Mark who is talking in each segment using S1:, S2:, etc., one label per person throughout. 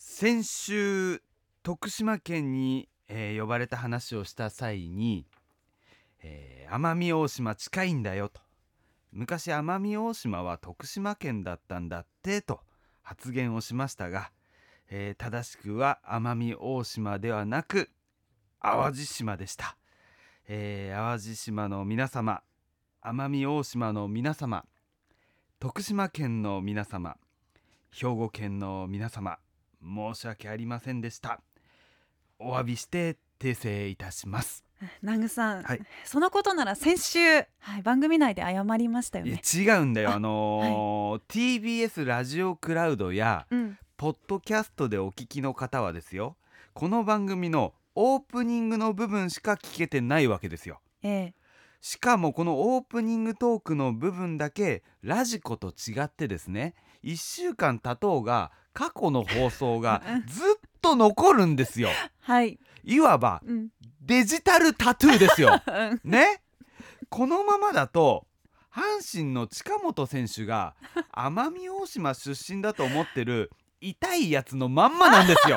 S1: 先週徳島県に、えー呼ばれた話をした際に、えー奄美大島近いんだよと昔奄美大島は徳島県だったんだってと発言をしましたが、えー正しくは奄美大島ではなく淡路島でした、えー淡路島の皆様奄美大島の皆様徳島県の皆様兵庫県の皆様申し訳ありませんでしたお詫びして訂正いたします
S2: 南具さん、
S1: はい
S2: そのことなら先週、はい、番組内で謝りましたよ
S1: いや
S2: ね。
S1: 違うんだよあのー TBS ラジオクラウドや
S2: うん、
S1: ポッドキャストでお聞きの方はですよこの番組のオープニングの部分しか聞けてないわけですよ
S2: ええ
S1: しかもこのオープニングトークの部分だけラジコと違ってですね1週間経とうが過去の放送がずっと残るんですよ
S2: はい、
S1: いわば
S2: うん、
S1: デジタルタトゥーですよ
S2: うん
S1: ねこのままだと阪神の近本選手が奄美大島出身だと思ってる痛いやつのまんまなんです よ。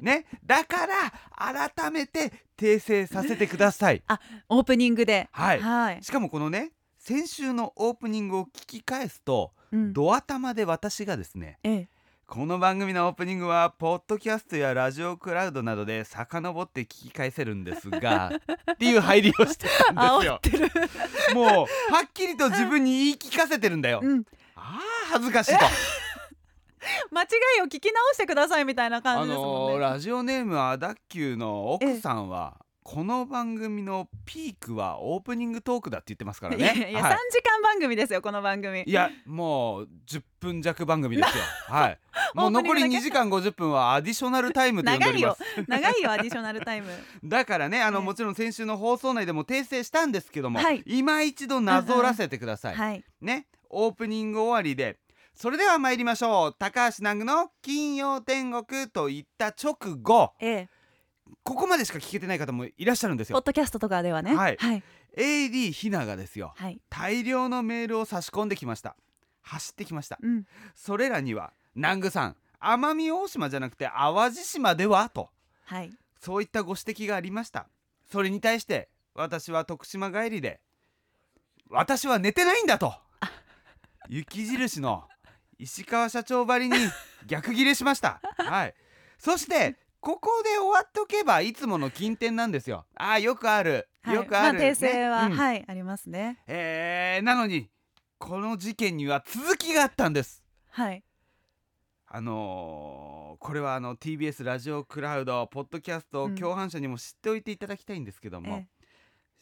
S1: ね、だから改めて訂正させてください。
S2: オープニングで、
S1: はい
S2: はい、
S1: しかもこのね先週のオープニングを聞き返すと、
S2: うん、
S1: ドア玉で私がですね
S2: ええ、
S1: この番組のオープニングはポッドキャストやラジオクラウドなどで遡って聞き返せるんです がっていう入りをしてたんです
S2: 煽
S1: よ
S2: ってる、
S1: もうはっきりと自分に言い聞かせてるんだよ、
S2: うん、
S1: あー恥ずかし いと
S2: 間違いを聞き直してくださいみたいな感
S1: あ
S2: じです
S1: の
S2: も
S1: ー
S2: んね。
S1: ラジオネームアダッキューの奥さんはこの番組のピークはオープニングトークだって言ってますから
S2: いやいや
S1: ね
S2: いや、
S1: はい
S2: 三時間番組ですよこの番組。
S1: いやもう10分弱番組 ですよはいもう残り
S2: オープニングだけ
S1: 2時間50分はアディショナルタイムと呼んでお
S2: 長い
S1: りま
S2: よ
S1: す、
S2: 長いよアディショナル タイム。
S1: だからねあの
S2: はい
S1: もちろん先週の放送内でも訂正したんですけども、
S2: はい
S1: 今一度なぞらせてください、
S2: はい、
S1: ねオープニング終わりでそれでは参りましょう高橋南具の「金曜天国」といった直後
S2: ええ、
S1: ここまでしか聞けてない方もいらっしゃるんです
S2: ポッ
S1: よ
S2: ドキャストとかではね、
S1: はい
S2: はい、
S1: AD ひながですよ
S2: はい、
S1: 大量のメールを差し込んできました走ってきました
S2: うん、
S1: それらには南具さん奄美大島じゃなくて淡路島ではと
S2: はい、
S1: そういったご指摘がありましたそれに対して私は徳島帰りで私は寝てないんだと雪印の石川社長ばりに逆ギレしましたはいそしてここで終わっとけばいつもの近点なんですよああよくある
S2: はい
S1: よくある、
S2: まあ訂正は、
S1: ねうん
S2: はいありますね。
S1: えーなのにこの事件には続きがあったんです
S2: はい、
S1: あのーこれはあの TBS ラジオクラウドポッドキャスト
S2: うん
S1: 共犯者にも知っておいていただきたいんですけど
S2: え
S1: も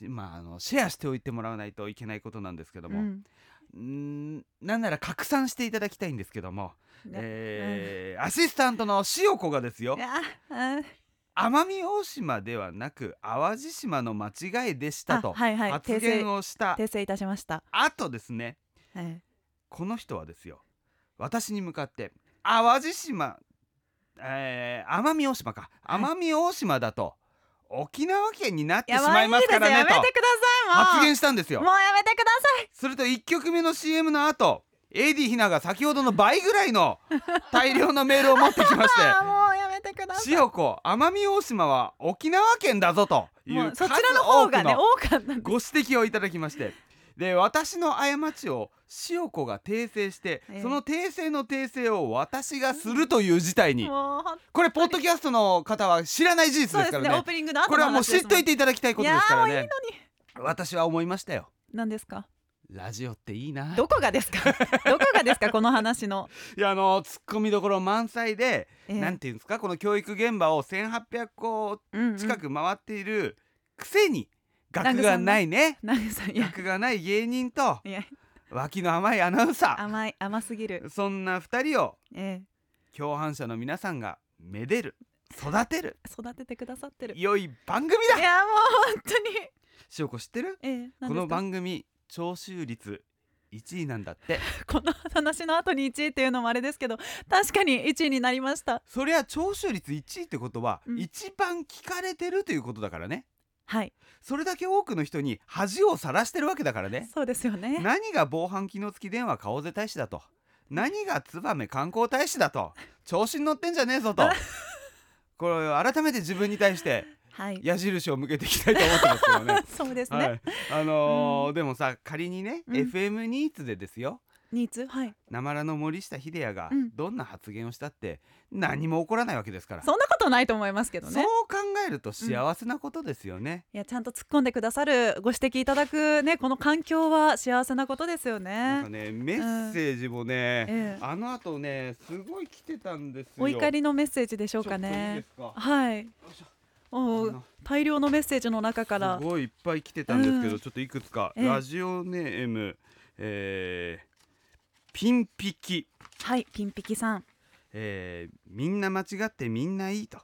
S2: え、、
S1: まあ、あのシェアしておいてもらわないといけないことなんですけど
S2: う
S1: も、
S2: ん、
S1: うーん、なんなら拡散していただきたいんですけども、
S2: ね、
S1: えーアシスタントの塩子がですよ
S2: いやあ
S1: 奄美大島ではなく淡路島の間違いでした
S2: あ
S1: と
S2: はいはい、
S1: 発
S2: 訂正
S1: 言をした
S2: 訂正いたしました。
S1: 後ですね
S2: え
S1: この人はですよ私に向かって淡路島、えー奄美大島か
S2: はい
S1: 奄美大島だと沖縄県になっ
S2: え
S1: てしまいますから
S2: や
S1: ねと
S2: ばいですよやめてくださいもう。
S1: 発言したんですよ
S2: もうやめてください。
S1: すると1曲目の CM の後 AD ひなが先ほどの倍ぐらい の大量のメールを持ってきまして
S2: あーもうやめてください。
S1: 塩子奄美大島は沖縄県だぞとい
S2: も
S1: う
S2: うそちらの方が
S1: 数
S2: ね
S1: 多くの
S2: 多かったんで
S1: ご指摘をいただきましてで私の過ちを塩子が訂正して、
S2: ええ
S1: その訂正の訂正を私がするという事態に
S2: もうほん
S1: これポッドキャストの方は知らない事
S2: そ
S1: 実でか
S2: うですす
S1: ら
S2: ね
S1: ね
S2: オープニングの後
S1: これはもう知っとい
S2: て
S1: ていただきたいことですから
S2: いやーもうい
S1: ね
S2: いのに
S1: 私は思いましたよ
S2: 何ですか
S1: ラジオっていいな
S2: どこがですかどこがですかこの話の、
S1: いやあのツッコミどころ満載で、
S2: ええ
S1: なんていうんですかこの教育現場を1800校
S2: うんうん
S1: 近く回っているくせに、学
S2: ラグ
S1: が
S2: さんね
S1: ないね
S2: なんかさいや
S1: 学がない芸人と
S2: いや
S1: 脇の甘いアナウンサ
S2: 甘い甘すぎる
S1: ーそんな2人を
S2: え
S1: 共犯者の皆さんがめでる育てる
S2: え育ててくださってるい
S1: 良い番組だ
S2: やもう本当に
S1: 塩子知ってる
S2: ええ何ですか
S1: この番組聴取率1位なんだって
S2: この話の後に1位っていうのもあれですけど確かに1位になりました
S1: そりゃ聴取率1位ってことは、
S2: うん
S1: 一番聞かれてるということだからね
S2: はい
S1: それだけ多くの人に恥をさらしてるわけだからね
S2: そうですよね
S1: 何が防犯機能付き電話顔ぜ大使だと何がツバメ観光大使だと調子に乗ってんじゃねえ ぞとこれ改めて自分に対して
S2: はい
S1: 矢印を向けていきたいと思ってますけどね
S2: そうです
S1: は
S2: ね、
S1: い、あのー
S2: う
S1: でもさ仮にね、
S2: うん
S1: FM ニーツでですよ
S2: ニーツはい
S1: なまらの森下秀也が
S2: うん
S1: どんな発言をしたって何も起こらないわけですから、
S2: そんなことないと思いますけど
S1: そう
S2: ね
S1: 考えると幸せなことですよね、
S2: いやちゃんと突っ込んでくださるご指摘いただくねこの環境は幸せなことですよ
S1: なん
S2: ね
S1: かねメッセージもね、
S2: ええ
S1: あの後ねすごい来てたんですよ
S2: お怒りのメッセージでし
S1: ちょ
S2: ょう
S1: っと
S2: か
S1: いい
S2: ね
S1: ですか
S2: はいお
S1: あ
S2: う
S1: の
S2: 大量のメッセージの中から
S1: すごいいっぱい来てたんですけど、
S2: うん
S1: ちょっといくつか、
S2: ええ
S1: ラジオネーム、えーピンピキ、
S2: はいピンピキさん
S1: えーみんな間違ってみんないいと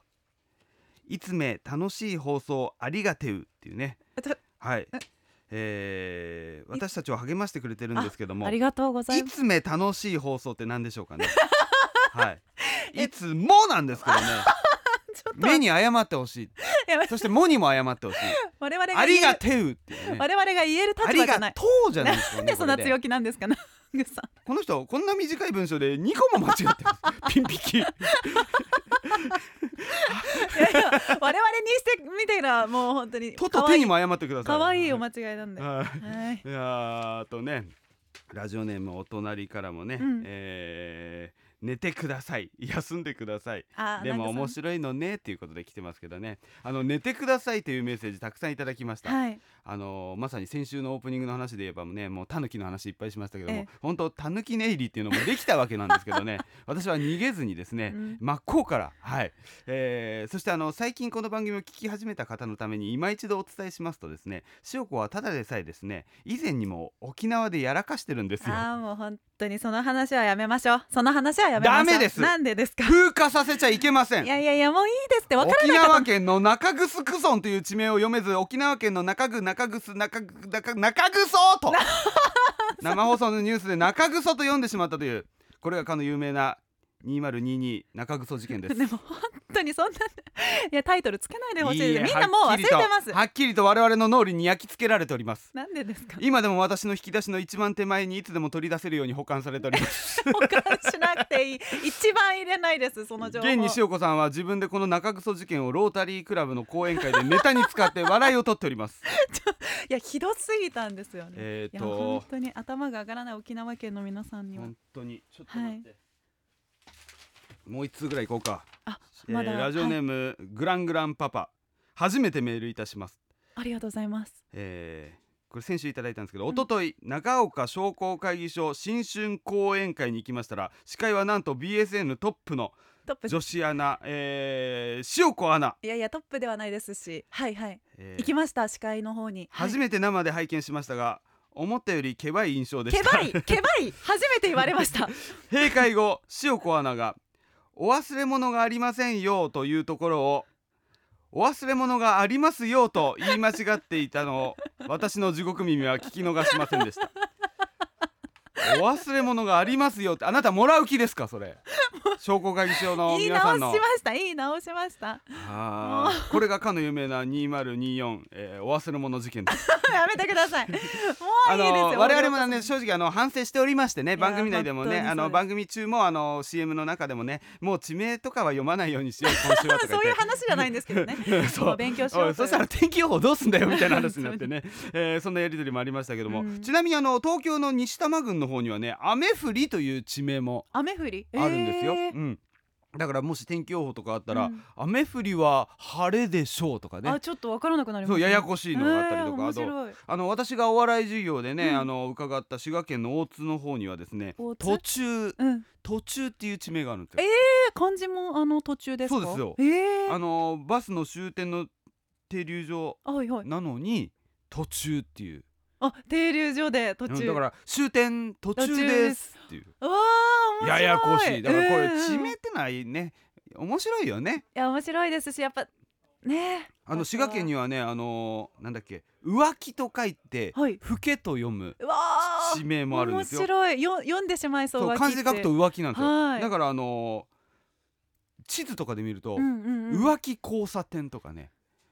S1: いつめ楽しい放送ありがてうっていうね
S2: えっと
S1: はい
S2: え、
S1: えー私たちを励ましてくれてるんですけども
S2: ありがとうござい
S1: い
S2: ます
S1: つめ楽しい放送って何でしょうか ねはいいつもなんですけどね
S2: ちょっと
S1: 目に謝ってほしい
S2: やばい
S1: そしてもにも謝 ってほしい
S2: 我々が
S1: あ
S2: 言え
S1: り
S2: る
S1: がてうっていうね
S2: 我々が言える
S1: あ
S2: 立
S1: り
S2: 場じゃな
S1: が
S2: い
S1: とうじゃないですか
S2: なんで
S1: ね。こ
S2: そん
S1: れ
S2: な
S1: で
S2: 強気なんです かなぐさん
S1: この人こんな短い文章で2個も間違ってます ピンピキ。
S2: いやいや我々にしてみてらもう本当 に
S1: とっと手にも謝ってください。
S2: 可愛いお間
S1: は
S2: 違いなんで、
S1: はい
S2: はい
S1: いやーあとねラジオネームお隣からもね、
S2: うん
S1: えー寝てください 休んでください。
S2: あ
S1: でも
S2: なんか
S1: 面
S2: そ
S1: 白いのねっていうことで来てますけどねあの寝てくださいというメッセージたくさんいただきました、
S2: のはい
S1: あのーまさに先週のオープニングの話で言えばねもうタヌキの話いっぱいしましたけど
S2: え
S1: も
S2: え
S1: 本当タヌキネイリっていうのもできたわけなんですけ どね私は逃げずにですね、
S2: うん
S1: 真っ向からはい、えーそしてあの最近この番組を聞き始めた方のために今一度お伝えしますとですね塩子はただでさえですね以前にも沖縄でやらかしてるんですよ
S2: あーもう本当にその話はやめましょうその話はやめましょう
S1: ダメです
S2: なんでですか
S1: 風化させちゃいけません
S2: いやいやいやもういいですってわから
S1: 沖
S2: ない
S1: 縄
S2: 方
S1: 県の中ぐすくそんという地名を読めず沖縄県の中ぐ中ぐす中ぐ中中ぐそーと生放送のニュースで中ぐそと読んでしまったというこれがかの有名な2022中ぐそ事件です
S2: でも本当にそんないやタイトルつけないでほしい
S1: いいえ
S2: みんなもう忘れて
S1: はっ
S2: ま
S1: き
S2: す
S1: りとはっきりと我々の脳裏に焼き付けられております
S2: なんでですか
S1: 今でも私の引き出しの一番手前にいつでも取り出せるように保管されております
S2: 保管しなくていい一番入れないですその情報
S1: 現に塩子さんは自分でこの中ぐそ事件をロータリークラブの講演会でネタに使って笑いを取っております
S2: いやひどすぎたんですよね、
S1: えー
S2: いや
S1: と
S2: 本当に頭が上がらない沖縄県の皆さんには
S1: 本当にちょっと待って、もう一通ぐらい行こうか、
S2: あ
S1: えー
S2: まだ
S1: ラジオネ
S2: はい
S1: ーム、グラングランパパ初めてメールいたします、
S2: ありがとうございます
S1: えーこれ先週いただいたんですけど、
S2: うん
S1: 一昨日長岡商工会議所新春講演会に行きましたら司会はなんと BSN トップの
S2: トップ
S1: 女子アナ、えー塩子アナ、
S2: いやいやトップではないですしはいはい、
S1: えー
S2: 行きました司会の方に
S1: 初
S2: め
S1: めて生で拝見しましたが思ったよりけばい印象で
S2: け
S1: した
S2: ばいけばい初めて言われま した
S1: 閉会後塩子アナが「お忘れ物がありませんよ」というところを「お忘れ物がありますよ」と言い間違っていた のを私の地獄耳は聞き逃しませんでした。お忘れ物がありますよってあなたもらう気ですかそれ商工会議所の
S2: 言い
S1: 皆さ
S2: 直
S1: ん
S2: し
S1: の
S2: ました言い直しました
S1: あーこれがかの有名な2024、えーお忘れ物事件です
S2: やめてく ださいもういいですよ
S1: あの我々もね
S2: し
S1: 正直あの反省しておりましてね
S2: いや
S1: 番組内でもね
S2: 本当にそうです
S1: あの番組中もあの CM の中でもねもう地名とかは読まないようにしよう今週はとか言
S2: そ
S1: っ
S2: ういう
S1: て。
S2: 話じゃないんですけどね
S1: そう
S2: も勉強しよ
S1: お
S2: う
S1: い
S2: とい
S1: そうしたら天気予報どうすんだよみたいな 話になってね、えーそんなやり取りもありましたけども、
S2: うん
S1: ちなみにあの東京の西多摩郡の方にはね雨降りという地名も
S2: 雨降り
S1: あるんですよ、
S2: えー
S1: うん、だからもし天気予報とかあったら、
S2: うん
S1: 雨降りは晴れでしょうとかね
S2: あちょっとわからなくなりま
S1: そ
S2: す
S1: うやや
S2: し
S1: こしいのがあったりとか、
S2: 面
S1: あと
S2: 白い
S1: あの私がお笑い授業でね、
S2: うん
S1: あの伺った滋賀県の大津の方にはですね
S2: 大津
S1: 途中
S2: うん
S1: 途中っていう地名があるんですよ。
S2: え漢字もあの途中です
S1: そ
S2: か
S1: うですよ
S2: えー
S1: あのバスの終点の停留場
S2: あはいはい
S1: なのに途中っていう、
S2: あ停留所で途
S1: うん
S2: 中
S1: だから終点途中
S2: 途中
S1: で
S2: ですす
S1: っていう
S2: うわー面白
S1: や
S2: い
S1: やこしいだからこれ
S2: うんうん
S1: 地名ってないね面白いよね。
S2: いや面白いですしやっぱね
S1: あの滋賀県にはねあのなんだっけ浮気と書いて
S2: はい
S1: ふけと読む
S2: うわー
S1: 地名もあるんですよ
S2: 面。白いよ読んでしまいそう
S1: そう
S2: 脇
S1: 漢字で書くと
S2: って
S1: 浮気なんです
S2: は
S1: よ。
S2: い
S1: だからあの地図とかで見ると、
S2: うんうんうん
S1: 浮気交差点とかね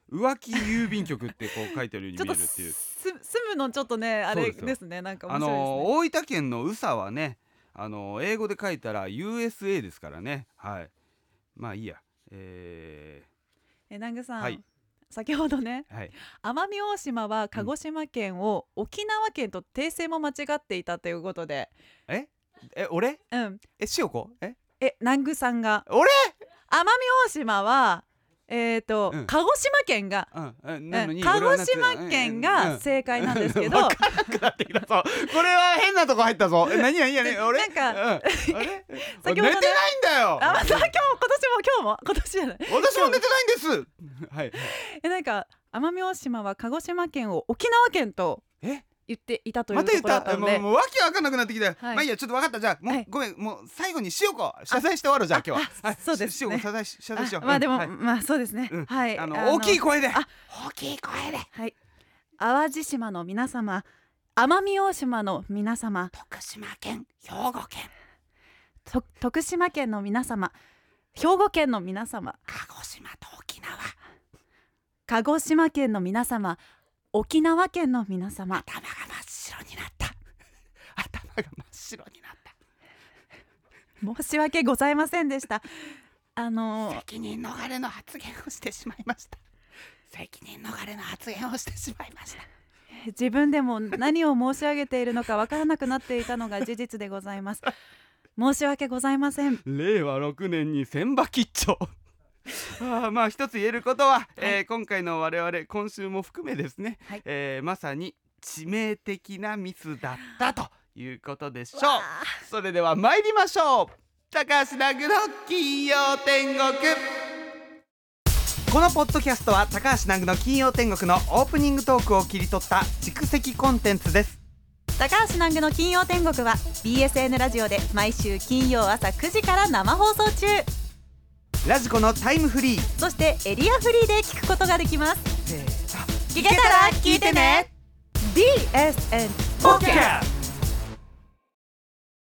S1: 浮気郵便局ってこう書いてあるよう
S2: ちょ
S1: に
S2: っ
S1: 見え
S2: と
S1: るっていう
S2: す住むのちょっとねあ
S1: そう
S2: れ
S1: ですよ
S2: ですねなんか
S1: あ
S2: 面白いで
S1: のー大
S2: すね
S1: 分県の宇佐はねあの英語で書いたら USA ですからねはいまあいいやえ
S2: え南具さん、
S1: はい
S2: 先ほどね
S1: ーはい
S2: 奄美大島は鹿児島県を沖縄県と訂正も間違っていたということで、
S1: ええ俺
S2: うん、
S1: え塩子え
S2: え南具さんが
S1: 俺
S2: 奄美大島はえっ、と、
S1: うん
S2: 鹿児島県が
S1: うんうん
S2: う
S1: なんのに
S2: 鹿
S1: 俺は
S2: 児
S1: なくて
S2: 島県
S1: うんう
S2: が
S1: ん
S2: 正解なんですけど、
S1: わからな くなってきたぞこれは変なとこ入ったぞえ何や何やね俺
S2: なんか
S1: うん、あれ俺寝
S2: 先ほ
S1: て
S2: ど
S1: ない
S2: ね
S1: んだよ
S2: あまた今日今年も今日も 今年じゃない
S1: 私も寝てないんですはい
S2: えなんか奄美大島は鹿児島県を沖縄県と
S1: え
S2: 言っていたという
S1: ま
S2: と
S1: た
S2: こ
S1: 言
S2: ろ
S1: っ
S2: だった
S1: た
S2: の
S1: も
S2: で、
S1: うもうわけわかんなくなってきたよ、
S2: はい
S1: まあいいやちょっとわかったじゃあもう、
S2: はい
S1: ごめんもう最後にしようこ謝罪して終わろうじゃあ今日は
S2: あ
S1: はい
S2: そうですね
S1: しようこ謝罪し謝罪しよう
S2: あまあでも、
S1: うんはい
S2: まあそうですね、
S1: うん
S2: はい
S1: あの大きい声で
S2: あ
S1: 大きい声で
S2: はい淡路島の皆様奄美大島の皆様
S1: 徳島県兵庫県
S2: と徳島県の皆様兵庫県の皆様
S1: 鹿児島と沖縄
S2: 鹿児島県の皆様沖縄県の皆様
S1: 頭が真っ白になった頭が真っ白になった
S2: 申し訳ございませんでしたあの
S1: 責任逃れの発言をしてしまいました責任逃れの発言をしてしまいました
S2: 自分でも何を申し上げているのかわからなくなっていたのが事実でございます申し訳ございません
S1: 令和6年に千葉吉兆 ああまあ一つ言えることは、えー今回の我々今週も含めですね、
S2: はい
S1: えーまさに致命的なミスだったということでしょう
S2: わ
S1: それでは参りましょう高橋ラグの金曜天国このポッドキャストは高橋ラグの金曜天国のオープニングトークを切り取った蓄積コンテンツです
S2: 高橋南具の金曜天国は BSN ラジオで毎週金曜朝9時から生放送中
S1: ラジコのタイムフリー
S2: そしてエリアフリーで聞くことができます
S1: せーの
S2: 聞けたら聞いてね BSN
S1: ポッキャス